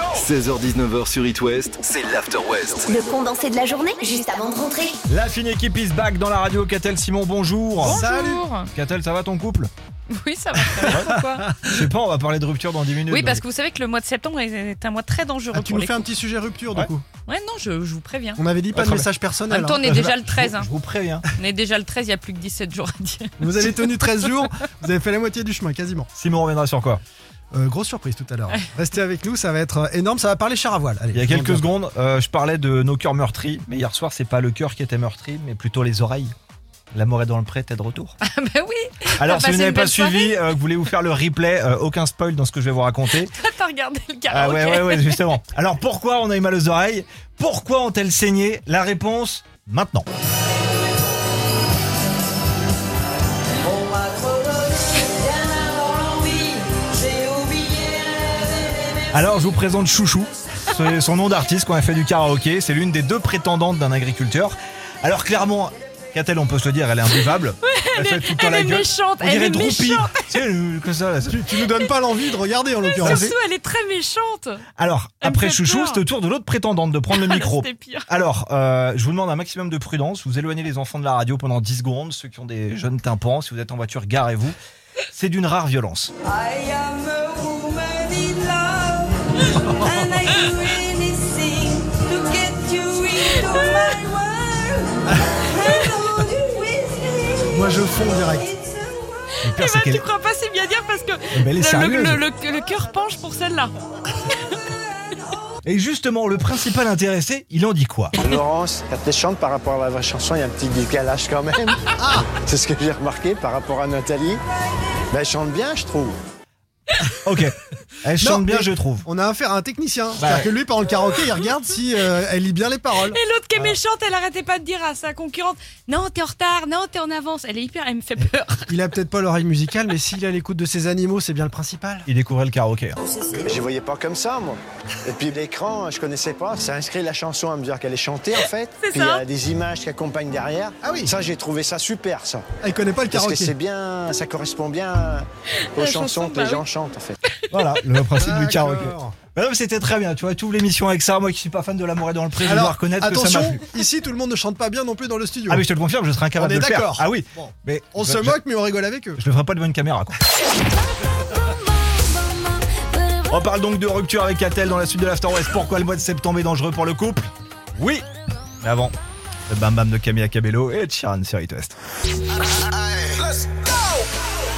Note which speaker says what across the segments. Speaker 1: 16h-19h sur It West, c'est l'After West.
Speaker 2: Le condensé de la journée, juste avant de rentrer.
Speaker 3: La fine équipe is back dans la radio. Catel Simon, bonjour.
Speaker 4: Bonjour.
Speaker 3: Catel, ça va ton couple
Speaker 4: Oui, ça va. très bien. Pourquoi
Speaker 3: Je sais pas, on va parler de rupture dans 10 minutes.
Speaker 4: Oui,
Speaker 3: donc.
Speaker 4: parce que vous savez que le mois de septembre est un mois très dangereux
Speaker 5: Ah, tu
Speaker 4: pour
Speaker 5: nous
Speaker 4: les
Speaker 5: fais un
Speaker 4: couples.
Speaker 5: petit sujet rupture du
Speaker 3: Ouais.
Speaker 5: coup.
Speaker 4: Ouais, non, je, je vous préviens.
Speaker 5: On avait dit
Speaker 3: Ah,
Speaker 5: pas de
Speaker 3: très
Speaker 5: message
Speaker 4: En
Speaker 5: personnel.
Speaker 4: même temps,
Speaker 5: hein.
Speaker 4: on est déjà le 13. hein.
Speaker 3: Je vous préviens.
Speaker 4: On est déjà le 13, il y a plus que 17 jours à dire.
Speaker 5: Vous avez tenu 13 jours, vous avez fait la moitié du chemin quasiment.
Speaker 3: Simon reviendra sur quoi
Speaker 5: Euh, grosse surprise tout à l'heure. Restez avec nous, ça va être euh, énorme, ça va parler char à voile. Allez,
Speaker 3: Il y a quelques
Speaker 5: on vient.
Speaker 3: secondes, euh, je parlais de nos cœurs meurtris, mais hier soir, c'est pas le cœur qui était meurtri, mais plutôt les oreilles. L'amour est dans le pré, t'es de retour.
Speaker 4: Ah bah oui,
Speaker 3: Alors, si
Speaker 4: passé
Speaker 3: vous n'avez
Speaker 4: une
Speaker 3: pas
Speaker 4: belle
Speaker 3: suivi, euh, que vous voulez vous faire le replay, euh, aucun spoil dans ce que je vais vous raconter.
Speaker 4: toi, t'as regardé le
Speaker 3: Ah
Speaker 4: karaoké.
Speaker 3: ouais, ouais, ouais, justement. Alors, pourquoi on a eu mal aux oreilles Pourquoi ont-elles saigné La réponse, maintenant.
Speaker 6: On m'a trop donné, bien avant l'envie, j'ai oublié
Speaker 3: Alors, je vous présente Chouchou. C'est son nom d'artiste qu'on a fait du karaoké. C'est l'une des deux prétendantes d'un agriculteur. Alors, clairement, Catel, on peut se le dire, elle est imbuvable. elle, fait tout le temps
Speaker 4: elle
Speaker 3: la
Speaker 4: est
Speaker 3: gueule.
Speaker 4: méchante,
Speaker 3: On
Speaker 4: elle
Speaker 3: dirait
Speaker 4: est
Speaker 3: Droopy.
Speaker 4: méchante.
Speaker 3: Tu sais, le- comme ça, là.
Speaker 5: Tu, tu nous donnes pas l'envie de regarder en l'occurrence.
Speaker 4: Surtout, elle est très méchante.
Speaker 3: Alors,
Speaker 4: Elle me
Speaker 3: après
Speaker 4: fait
Speaker 3: Chouchou,
Speaker 4: peur.
Speaker 3: c'est au tour de l'autre prétendante de prendre le micro.
Speaker 4: C'était pire.
Speaker 3: Alors, euh, je vous demande un maximum de prudence. Vous éloignez les enfants de la radio pendant 10 secondes. Ceux qui ont des jeunes tympans, si vous êtes en voiture, garez-vous. C'est d'une rare violence.
Speaker 6: I am a woman in love And I do anything to get you into my world And all you with me
Speaker 5: Moi je fonds direct.
Speaker 6: It's a world
Speaker 3: Le pire,
Speaker 4: Eh
Speaker 3: c'est
Speaker 4: ben, tu
Speaker 3: qu'elle-
Speaker 4: crois pas si bien dire parce que
Speaker 3: mais elle est
Speaker 4: le, le-
Speaker 3: sérieuse.
Speaker 4: le- le- le cœur penche pour celle-là.
Speaker 3: Et justement, le principal intéressé, il en dit quoi
Speaker 7: Laurence, la petite chante par rapport à la vraie chanson, il y a un petit décalage quand même.
Speaker 4: Ah!
Speaker 7: C'est ce que j'ai remarqué par rapport à Nathalie. Ben, elle chante bien, je trouve.
Speaker 3: Ok. Elle chante
Speaker 5: Non,
Speaker 3: bien,
Speaker 5: mais-
Speaker 3: je trouve.
Speaker 5: On a affaire à un technicien.
Speaker 3: Bah ouais.
Speaker 5: C'est-à-dire que lui pendant le karaoké, il regarde si euh, elle lit bien les paroles.
Speaker 4: Et l'autre qui
Speaker 3: Ah.
Speaker 4: est méchante, elle arrêtait pas de dire à sa concurrente Non, t'es en retard, non, t'es en avance. Elle est hyper, elle me fait peur.
Speaker 5: Il a peut-être pas l'oreille musicale, mais s'il a l'écoute de ses animaux, c'est bien le principal.
Speaker 3: Il découvrait le karaoké. hein.
Speaker 7: Mais je voyais pas comme ça, moi. Et puis l'écran, je connaissais pas. Ça inscrit la chanson à mesure qu'elle est chantée, en fait.
Speaker 4: C'est
Speaker 7: Puis
Speaker 4: ça.
Speaker 7: il y a des images qui accompagnent derrière.
Speaker 5: Ah oui.
Speaker 7: Ça, j'ai trouvé ça super, ça.
Speaker 5: Elle connaît pas le
Speaker 7: Parce que c'est
Speaker 5: karaoké.
Speaker 7: bien, ça correspond bien aux
Speaker 4: La
Speaker 7: chansons
Speaker 4: chanson,
Speaker 7: que
Speaker 4: bah
Speaker 7: les gens
Speaker 4: oui.
Speaker 7: chantent, en fait.
Speaker 3: Voilà, le principe du karaoké.
Speaker 5: Ah, D'accord.
Speaker 3: Bah non, mais c'était très bien, tu vois, tu ouvres l'émission avec ça. Moi qui suis pas fan de l'amour et dans le pré, je dois
Speaker 5: Alors,
Speaker 3: reconnaître que ça m'a
Speaker 5: attention,
Speaker 3: plu.
Speaker 5: ici tout le monde ne chante pas bien non plus dans le studio.
Speaker 3: Ah, mais je te le confirme, je serais
Speaker 5: on
Speaker 3: incapable
Speaker 5: est
Speaker 3: de le faire.
Speaker 5: d'accord.
Speaker 3: Ah oui,
Speaker 5: Bon,
Speaker 3: mais
Speaker 5: on
Speaker 3: je-
Speaker 5: se
Speaker 3: je-
Speaker 5: moque, mais on rigole avec eux.
Speaker 3: Je le ferai pas devant une caméra, quoi. On parle donc de rupture avec Atel dans la suite de l'After West. Pourquoi le mois de septembre est dangereux pour le couple Oui Mais avant, le bam bam de Camilla Cabello et de Sharon sur It West.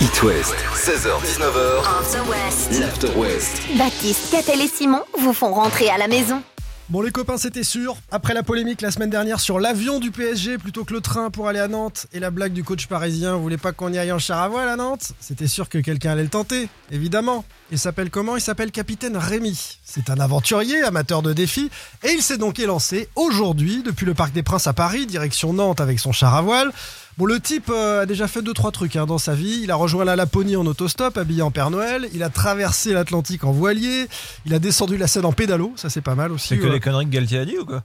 Speaker 1: It West, 16h-19h,
Speaker 2: Of the West.
Speaker 1: l'After West.
Speaker 2: Baptiste, Catel et Simon vous font rentrer à la maison.
Speaker 5: Bon les copains c'était sûr, après la polémique la semaine dernière sur l'avion du PSG plutôt que le train pour aller à Nantes et la blague du coach parisien, vous voulez pas qu'on y aille en char à voile à Nantes C'était sûr que quelqu'un allait le tenter, évidemment. Il s'appelle comment Il s'appelle Capitaine Rémi. C'est un aventurier, amateur de défis, et il s'est donc élancé aujourd'hui depuis le Parc des Princes à Paris, direction Nantes avec son char à voile. Bon, le type euh, a déjà fait deux trois trucs hein, dans sa vie. Il a rejoint la Laponie en autostop, habillé en Père Noël. Il a traversé l'Atlantique en voilier. Il a descendu la Seine en pédalo. Ça, c'est pas mal aussi. euh, ouais.
Speaker 3: conneries que Galtier a dit ou quoi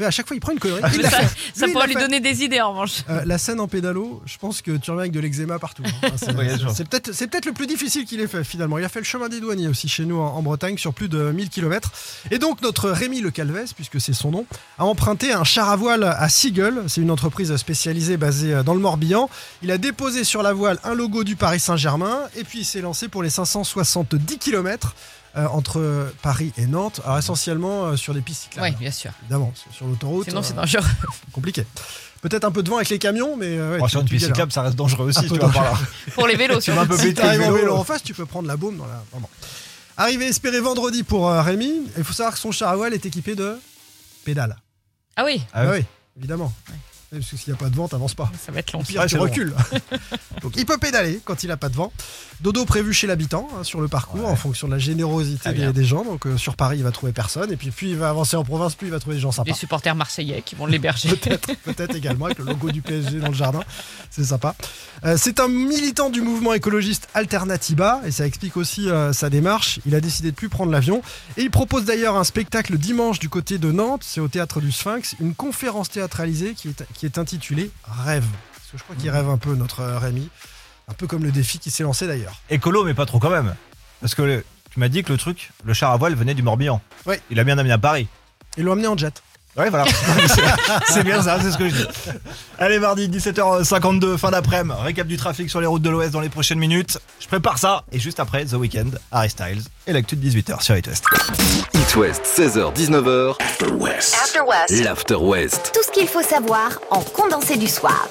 Speaker 5: Mais à chaque fois, il prend une connerie. Il
Speaker 4: Ah, Mais
Speaker 5: l'a
Speaker 4: ça,
Speaker 5: fait.
Speaker 4: ça
Speaker 5: Lui, il
Speaker 4: pourra
Speaker 5: l'a
Speaker 4: lui
Speaker 5: fait.
Speaker 4: donner des idées en revanche.
Speaker 5: Euh, la scène en pédalo, je pense que tu reviens avec de l'eczéma partout. hein. C'est
Speaker 3: Oui, bien sûr.
Speaker 5: c'est peut-être c'est peut-être le plus difficile qu'il ait fait finalement. Il a fait le chemin des douaniers aussi chez nous en, en Bretagne sur plus de 1000 km. Et donc notre Rémi Le Calvez, puisque c'est son nom, a emprunté un char à voile à Seagull. C'est une entreprise spécialisée basée euh, dans le Morbihan. Il a déposé sur la voile un logo du Paris Saint-Germain et puis il s'est lancé pour les 570 km. entre euh, Paris et Nantes, alors essentiellement euh, sur des pistes cyclables,
Speaker 4: Oui, bien sûr.
Speaker 5: évidemment, sur- sur l'autoroute.
Speaker 4: Sinon, c'est
Speaker 5: euh,
Speaker 4: dangereux.
Speaker 5: compliqué. Peut-être un peu de vent avec les camions, mais euh, ouais,
Speaker 3: Oh, Sur
Speaker 5: tu-
Speaker 3: une
Speaker 5: tu
Speaker 3: piste
Speaker 5: galères.
Speaker 3: cyclable, ça reste dangereux
Speaker 5: Un
Speaker 3: aussi,
Speaker 5: peu
Speaker 3: tu vois, par là.
Speaker 4: Pour les vélos,
Speaker 3: hein. Ah, Tu m'as un peu
Speaker 5: Si
Speaker 3: bêté
Speaker 5: t'arrives
Speaker 3: le
Speaker 5: en vélo
Speaker 3: vélo.
Speaker 5: en face, tu peux prendre la baume dans la. non, bon. Arrivé espéré vendredi pour euh, Rémi. Il faut savoir que son char à voile est équipé de pédales. Bah
Speaker 4: Ah oui,
Speaker 3: Ah oui.
Speaker 5: oui, évidemment. Même Parce que s'il n'y a pas de vent, t'avances pas.
Speaker 4: ça va être long.
Speaker 5: Au pire,
Speaker 3: Ouais,
Speaker 5: tu
Speaker 3: c'est bon.
Speaker 5: recules. Donc il peut pédaler quand il n'a pas de vent. Dodo prévu chez l'habitant hein, sur le parcours en fonction de la générosité
Speaker 3: Ah, bien.
Speaker 5: des, des gens. Donc euh, sur Paris, il va trouver personne. Et puis plus il va avancer en province, plus il va trouver des gens sympas.
Speaker 4: Les supporters marseillais qui vont l'héberger.
Speaker 5: Peut-être, peut-être également avec le logo du PSG dans le jardin. C'est sympa. Euh, c'est un militant du mouvement écologiste Alternatiba et ça explique aussi euh, sa démarche. Il a décidé de plus prendre l'avion et il propose d'ailleurs un spectacle dimanche du côté de Nantes. C'est au théâtre du Sphinx, une conférence théâtralisée qui est, qui est intitulée Rêve. Parce que je crois qu'il rêve un peu notre euh, Rémi, un peu comme le défi qui s'est lancé d'ailleurs.
Speaker 3: Écolo, mais pas trop quand même. Parce que le- tu m'as dit que le truc, le char à voile venait du Morbihan.
Speaker 5: Oui.
Speaker 3: Il a bien amené à Paris.
Speaker 5: Ils l'ont amené en jet.
Speaker 3: Ouais, voilà. C'est- c'est bien ça, c'est ce que je dis. Allez, mardi, 17h52, fin d'après-midi. Récap du trafic sur les routes de l'Ouest dans les prochaines minutes. Je prépare ça. Et juste après, The Weeknd, Harry Styles et l'actu de 18h sur It West.
Speaker 1: It West, 16h-19h. After West.
Speaker 2: After West.
Speaker 1: L'After West.
Speaker 2: Tout ce qu'il faut savoir en condensé du soir.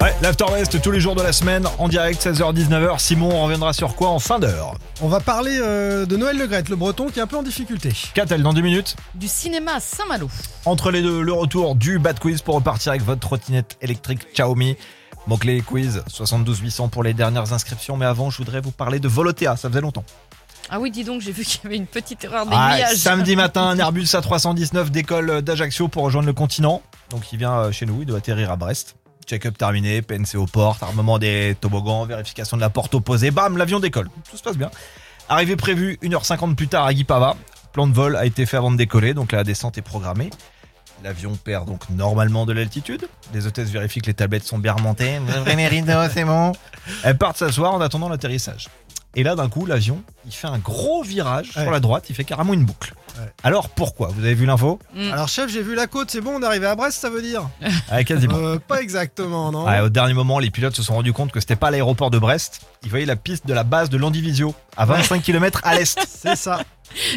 Speaker 3: Ouais, l'After West tous les jours de la semaine, en direct, 16h-19h. Simon, on reviendra sur quoi en fin d'heure
Speaker 5: On va parler euh, de Noël Le Legrette, le breton qui est un peu en difficulté.
Speaker 3: Qu'a-t-elle dans 10 minutes
Speaker 4: Du cinéma à Saint-Malo.
Speaker 3: Entre les deux, le retour du Bad Quiz pour repartir avec votre trottinette électrique Xiaomi. Donc les quiz, 72 800 pour les dernières inscriptions. Mais avant, je voudrais vous parler de Volotea, ça faisait longtemps.
Speaker 4: Ah oui, dis donc, j'ai vu qu'il y avait une petite erreur
Speaker 3: Ah,
Speaker 4: d'aiguillage.
Speaker 3: samedi matin, un Airbus A319 décolle d'Ajaccio pour rejoindre le continent. Donc il vient euh, chez nous, il doit atterrir à Brest. Check-up terminé, PNC aux portes, armement des toboggans, vérification de la porte opposée. Bam, l'avion décolle. Tout se passe bien. Arrivée prévue 1h50 plus tard à Guipava. Plan de vol a été fait avant de décoller, donc la descente est programmée. L'avion perd donc normalement de l'altitude. Les hôtesses vérifient que les tablettes sont bien remontées. Vous ouvrez les rideaux, c'est bon. Elles partent s'asseoir en attendant l'atterrissage. Et là, d'un coup, l'avion, il fait un gros virage
Speaker 5: Ouais.
Speaker 3: sur la droite. Il fait carrément une boucle.
Speaker 5: Ouais.
Speaker 3: Alors pourquoi Vous avez vu l'info
Speaker 4: Mm.
Speaker 5: Alors chef, j'ai vu la côte, c'est bon, on est arrivé à Brest, ça veut dire
Speaker 3: Ah, Quasiment.
Speaker 5: Euh, Pas exactement, non
Speaker 3: Ouais, au dernier moment, les pilotes se sont rendus compte que c'était pas l'aéroport de Brest. Ils voyaient la piste de la base de Landivisio, à 25 km à l'est.
Speaker 5: C'est ça.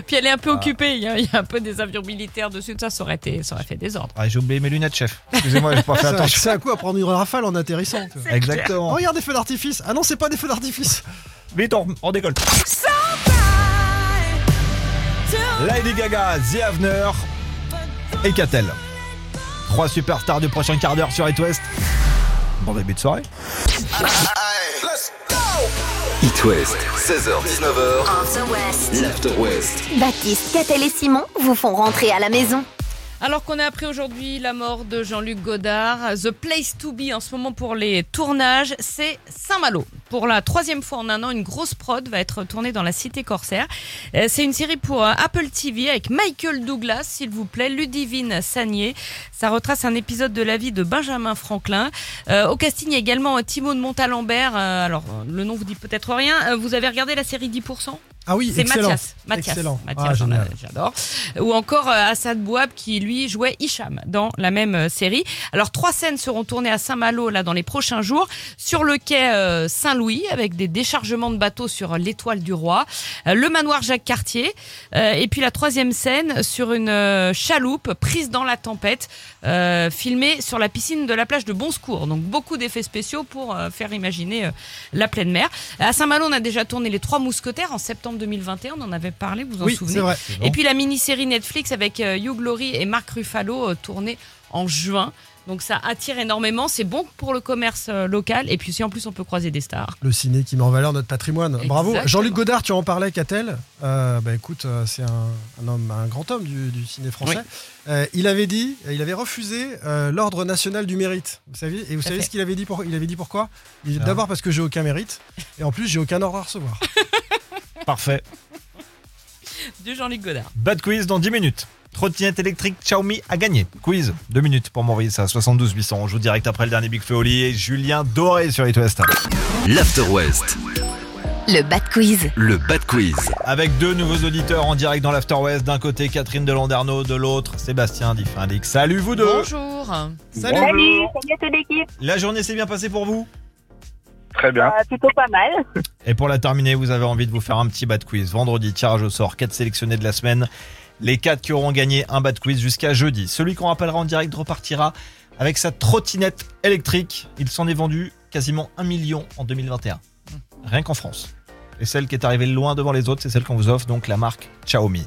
Speaker 4: Puis elle est un
Speaker 3: Ah.
Speaker 4: peu occupée, hein. il y, a, il y a un peu des avions militaires dessus, tout ça, ça aurait, été, ça aurait fait des ordres.
Speaker 3: Ah, J'ai oublié mes lunettes, chef. Excusez-moi, j'ai pas fait
Speaker 5: C'est un-
Speaker 3: attention.
Speaker 5: C'est un coup à prendre une rafale en atterrissant. tu vois. Oh,
Speaker 3: Exactement.
Speaker 5: regarde des feux d'artifice. Ah non, c'est pas des feux d'artifice.
Speaker 3: Vite, on, on décolle. Lady Gaga, The Avenger et Catel. Trois superstars du prochain quart d'heure sur It West. Bon début de soirée.
Speaker 1: It West, 16h-19h.
Speaker 2: After West.
Speaker 1: L'After West.
Speaker 2: Baptiste, Catel et Simon vous font rentrer à la maison.
Speaker 4: Alors qu'on a appris aujourd'hui la mort de Jean-Luc Godard, The Place to Be en ce moment pour les tournages, c'est Saint-Malo. Pour la troisième fois en un an, une grosse prod va être tournée dans la cité corsaire. Euh, C'est une série pour euh, Apple TV avec Michael Douglas, s'il vous plaît, Ludivine Sagnier. Ça retrace un épisode de la vie de Benjamin Franklin. Euh, au casting, il y a également euh, Timon de Montalembert. Euh, alors, euh, le nom vous dit peut-être rien. Euh, vous avez regardé la série 10%
Speaker 5: Ah oui,
Speaker 4: c'est
Speaker 5: excellent.
Speaker 4: Mathias. Mathias.
Speaker 5: Excellent.
Speaker 4: Mathias,
Speaker 5: Ah,
Speaker 4: j'en ai-
Speaker 5: génial.
Speaker 4: j'adore. Ou encore euh, Assad Bouab qui lui jouait Hicham dans la même euh, série. Alors trois scènes seront tournées à Saint-Malo là dans les prochains jours sur le quai euh, Saint-Louis avec des déchargements de bateaux sur l'étoile du roi, euh, le manoir Jacques Cartier euh, et puis la troisième scène sur une euh, chaloupe prise dans la tempête euh, filmée sur la piscine de la plage de Bon Secours. Donc beaucoup d'effets spéciaux pour euh, faire imaginer euh, la pleine mer. À Saint-Malo, on a déjà tourné les Trois Mousquetaires en septembre 2021. On en avait parlé, vous vous en
Speaker 5: Oui,
Speaker 4: souvenez
Speaker 5: c'est vrai.
Speaker 4: Et puis la mini-série Netflix avec euh, Hugh Glory et Marc Ruffalo euh, tournée en juin. Donc ça attire énormément. C'est bon pour le commerce euh, local. Et puis si en plus on peut croiser des stars.
Speaker 5: Le ciné qui met en valeur notre patrimoine. Bravo.
Speaker 4: Exactement.
Speaker 5: Jean-Luc Godard, tu en parlais, Catel. Euh, bah écoute, euh, c'est un, un homme, un grand homme du, du ciné français. Euh, il avait dit, euh, il avait refusé euh, l'ordre national du mérite. Vous savez, et vous
Speaker 4: Tout à
Speaker 5: savez
Speaker 4: fait.
Speaker 5: ce qu'il avait dit pour, il avait dit pourquoi Il dit,
Speaker 3: Non.
Speaker 5: D'abord parce que j'ai aucun mérite, et en plus j'ai aucun ordre à recevoir.
Speaker 3: Parfait.
Speaker 4: De Jean-Luc Godard.
Speaker 3: Bad quiz dans 10 minutes. Trottinette électrique Xiaomi a gagné. Quiz, 2 minutes pour m'envoyer ça. 72 800. On joue direct après le dernier Big Flo Oli et Julien Doré sur It West.
Speaker 1: L'After West.
Speaker 2: Le Bad Quiz.
Speaker 1: Le Bad Quiz.
Speaker 3: Avec deux nouveaux auditeurs en direct dans l'After West. D'un côté, Catherine Delandarneau. De l'autre, Sébastien Diffindic. Salut vous deux.
Speaker 4: Bonjour.
Speaker 5: Salut.
Speaker 8: Salut, salut à toute l'équipe.
Speaker 3: La journée s'est bien passée pour vous
Speaker 9: Très bien.
Speaker 8: Euh, plutôt pas mal.
Speaker 3: Et pour la terminer, vous avez envie de vous faire un petit bad quiz. Vendredi, tirage au sort, 4 sélectionnés de la semaine. Les 4 qui auront gagné un bad quiz jusqu'à jeudi. Celui qu'on rappellera en direct repartira avec sa trottinette électrique. Il s'en est vendu quasiment 1 million en 2021. Rien qu'en France. Et celle qui est arrivée loin devant les autres, c'est celle qu'on vous offre, donc la marque Xiaomi.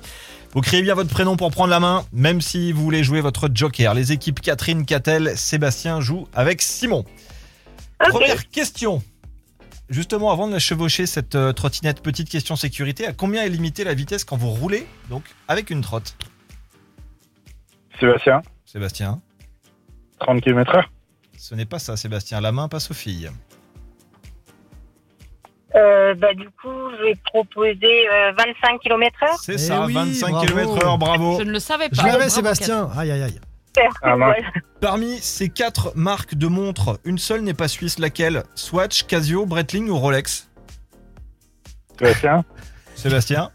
Speaker 3: Vous criez bien votre prénom pour prendre la main, même si vous voulez jouer votre joker. Les équipes Catherine, Catel, Sébastien jouent avec Simon. Première question. Justement, avant de chevaucher cette euh, trottinette, petite question sécurité. À combien est limitée la vitesse quand vous roulez donc avec une trotte
Speaker 9: Sébastien,
Speaker 3: Sébastien,
Speaker 9: 30 km heure.
Speaker 3: ce n'est pas ça, Sébastien. La main passe aux filles.
Speaker 8: Euh, bah, du coup, je vais proposer euh, 25 km/h.
Speaker 3: C'est
Speaker 5: Eh
Speaker 3: ça,
Speaker 5: oui,
Speaker 3: 25
Speaker 5: bravo.
Speaker 3: km/h, bravo.
Speaker 4: Je ne le savais pas.
Speaker 5: Je l'avais,
Speaker 4: Bravo,
Speaker 5: Sébastien. Aïe, aïe, aïe.
Speaker 9: Ah mince.
Speaker 3: Parmi ces quatre marques de montres, une seule n'est pas suisse. Laquelle Swatch, Casio, Breitling ou Rolex
Speaker 9: Sébastien,
Speaker 3: Sébastien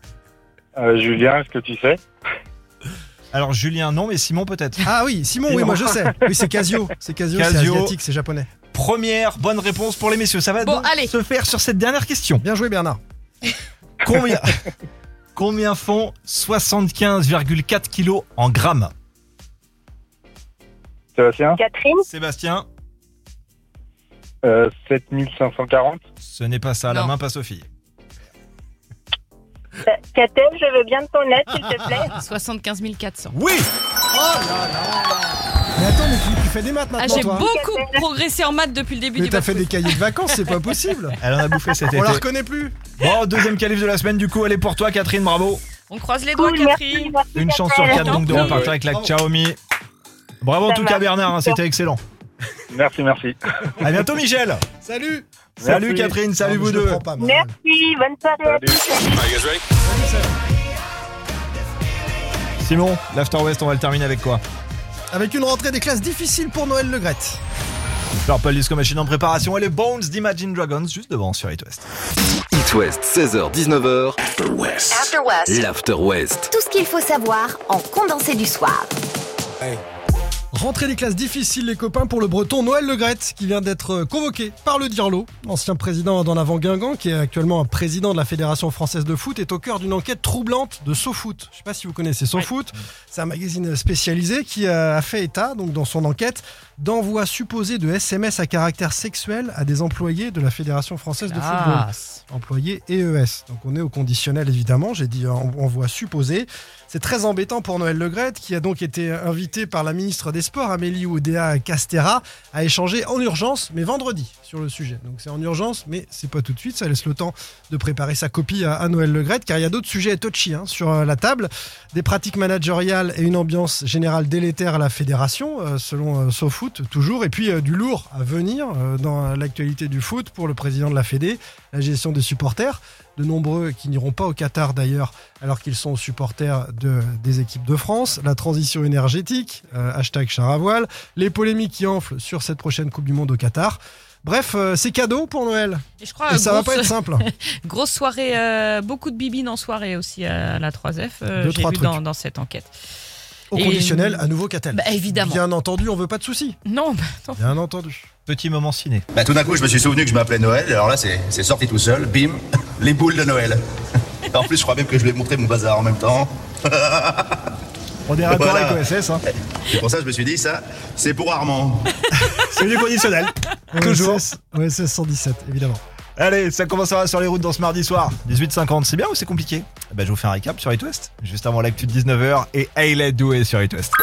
Speaker 9: Euh, Julien, est-ce que tu sais
Speaker 3: Alors Julien, non, mais Simon peut-être.
Speaker 5: Ah oui, Simon, oui, moi je sais. Oui, c'est Casio. C'est Casio, c'est
Speaker 3: Casio.
Speaker 5: asiatique, c'est japonais.
Speaker 3: Première bonne réponse pour les messieurs. Ça va
Speaker 4: Bon,
Speaker 3: donc
Speaker 4: allez.
Speaker 3: se faire sur cette dernière question.
Speaker 5: Bien joué, Bernard.
Speaker 3: Combien, combien font 75,4 kilos en grammes
Speaker 9: Sébastien
Speaker 8: Catherine,
Speaker 3: Sébastien,
Speaker 9: euh, 7540
Speaker 3: ce n'est pas ça. La
Speaker 4: Non.
Speaker 3: main passe aux filles.
Speaker 8: Catel, je veux bien te connaître, s'il te plaît.
Speaker 4: 75 400.
Speaker 3: Oui
Speaker 5: Mais attends, mais tu, tu fais des maths
Speaker 4: Ah,
Speaker 5: maintenant,
Speaker 4: j'ai
Speaker 5: toi.
Speaker 4: beaucoup progressé en maths depuis le début
Speaker 5: Mais
Speaker 4: du
Speaker 5: t'as
Speaker 4: bac.
Speaker 5: fait des cahiers de vacances, c'est pas possible.
Speaker 3: Elle en a bouffé cet
Speaker 5: On
Speaker 3: été.
Speaker 5: la reconnaît plus.
Speaker 3: Bon, deuxième qualif de la semaine, du coup, elle est pour toi, Catherine, bravo.
Speaker 4: On croise les doigts,
Speaker 8: Cool, merci,
Speaker 4: Catherine.
Speaker 8: merci.
Speaker 3: Une chance sur quatre, donc de repartir avec la Xiaomi. Bravo en
Speaker 8: Ça
Speaker 3: tout cas,
Speaker 8: marche.
Speaker 3: Bernard, hein, c'était excellent.
Speaker 9: Merci, merci.
Speaker 3: À bientôt, Michel.
Speaker 5: Salut.
Speaker 3: Salut,
Speaker 9: Merci.
Speaker 3: Catherine, salut
Speaker 5: Non, mais
Speaker 3: vous
Speaker 5: Ah, je le
Speaker 3: deux.
Speaker 5: prends pas, moi.
Speaker 8: Merci, bonne soirée à
Speaker 9: Salut.
Speaker 8: tous.
Speaker 3: Simon, l'After West, on va le terminer avec quoi
Speaker 5: Avec une rentrée des classes difficiles pour Noël Le Grette.
Speaker 3: Alors, Paul Disco Machine en préparation et les Bones d'Imagine Dragons juste devant sur It West.
Speaker 1: It West, 16h-19h. After West.
Speaker 2: After West.
Speaker 1: L'After West.
Speaker 2: Tout ce qu'il faut savoir en condensé du soir.
Speaker 5: Rentrée des classes difficiles, les copains, pour le breton Noël Le Grette, qui vient d'être euh, convoqué par le Dirlo, ancien président d'En Avant Guingamp, qui est actuellement un président de la Fédération Française de Foot, est au cœur d'une enquête troublante de SoFoot. Je sais pas si vous connaissez SoFoot, c'est un magazine spécialisé qui euh, a fait état, donc dans son enquête, d'envois supposés de SMS à caractère sexuel à des employés de la Fédération Française
Speaker 4: Ah.
Speaker 5: de Football. employés et ES. E Donc on est au conditionnel évidemment, j'ai dit en, en voie supposée. C'est très embêtant pour Noël Le Graët, qui a donc été invité par la ministre des Sports, Amélie Oudéa Castera, à échanger en urgence, mais vendredi, sur le sujet. Donc c'est en urgence, mais c'est pas tout de suite, ça laisse le temps de préparer sa copie à, à Noël Le Graët, car il y a d'autres sujets touchy hein, sur euh, la table. Des pratiques managériales et une ambiance générale délétère à la fédération, euh, selon euh, SoFoot, toujours. Et puis euh, du lourd à venir euh, dans l'actualité du foot pour le président de la Fédé, la gestion des supporters. De nombreux qui n'iront pas au Qatar d'ailleurs, alors qu'ils sont supporters de, des équipes de France. La transition énergétique, euh, hashtag char à voile. Les polémiques qui enflent sur cette prochaine Coupe du Monde au Qatar. Bref, euh, c'est cadeau pour Noël.
Speaker 4: Et je crois,
Speaker 5: Et
Speaker 4: euh,
Speaker 5: ça va pas
Speaker 4: grosse,
Speaker 5: être simple. hein.
Speaker 4: grosse soirée, euh, beaucoup de bibines en soirée aussi à la 3F. euh,
Speaker 5: Deux,
Speaker 4: J'ai
Speaker 5: trois
Speaker 4: vu
Speaker 5: trucs.
Speaker 4: dans, dans cette enquête.
Speaker 5: Au
Speaker 4: Et-
Speaker 5: conditionnel, à nouveau Catel.
Speaker 4: Bah, évidemment.
Speaker 5: Bien entendu, on veut pas de soucis.
Speaker 4: Non, bah, non.
Speaker 5: Bien entendu.
Speaker 3: Petit moment ciné.
Speaker 10: Bah, tout d'un coup, je me suis souvenu que je m'appelais Noël. Alors là, c'est c'est sorti tout seul. Bim, les boules de Noël. En plus, je crois même que je vais montrer mon bazar en même temps.
Speaker 3: On est
Speaker 10: raccord
Speaker 3: raccord
Speaker 10: Voilà.
Speaker 3: avec
Speaker 10: avec
Speaker 3: OSS, hein.
Speaker 10: C'est pour ça que je me suis dit, ça, c'est pour Armand.
Speaker 3: c'est du conditionnel. Toujours.
Speaker 5: OSS, OSS 117, évidemment.
Speaker 3: Allez, ça commencera sur les routes dans ce mardi soir. 18h50, c'est bien ou c'est compliqué Eh ben, Je vous fais un récap sur It West, juste avant l'actu de 19h et Hayley Doué sur It West.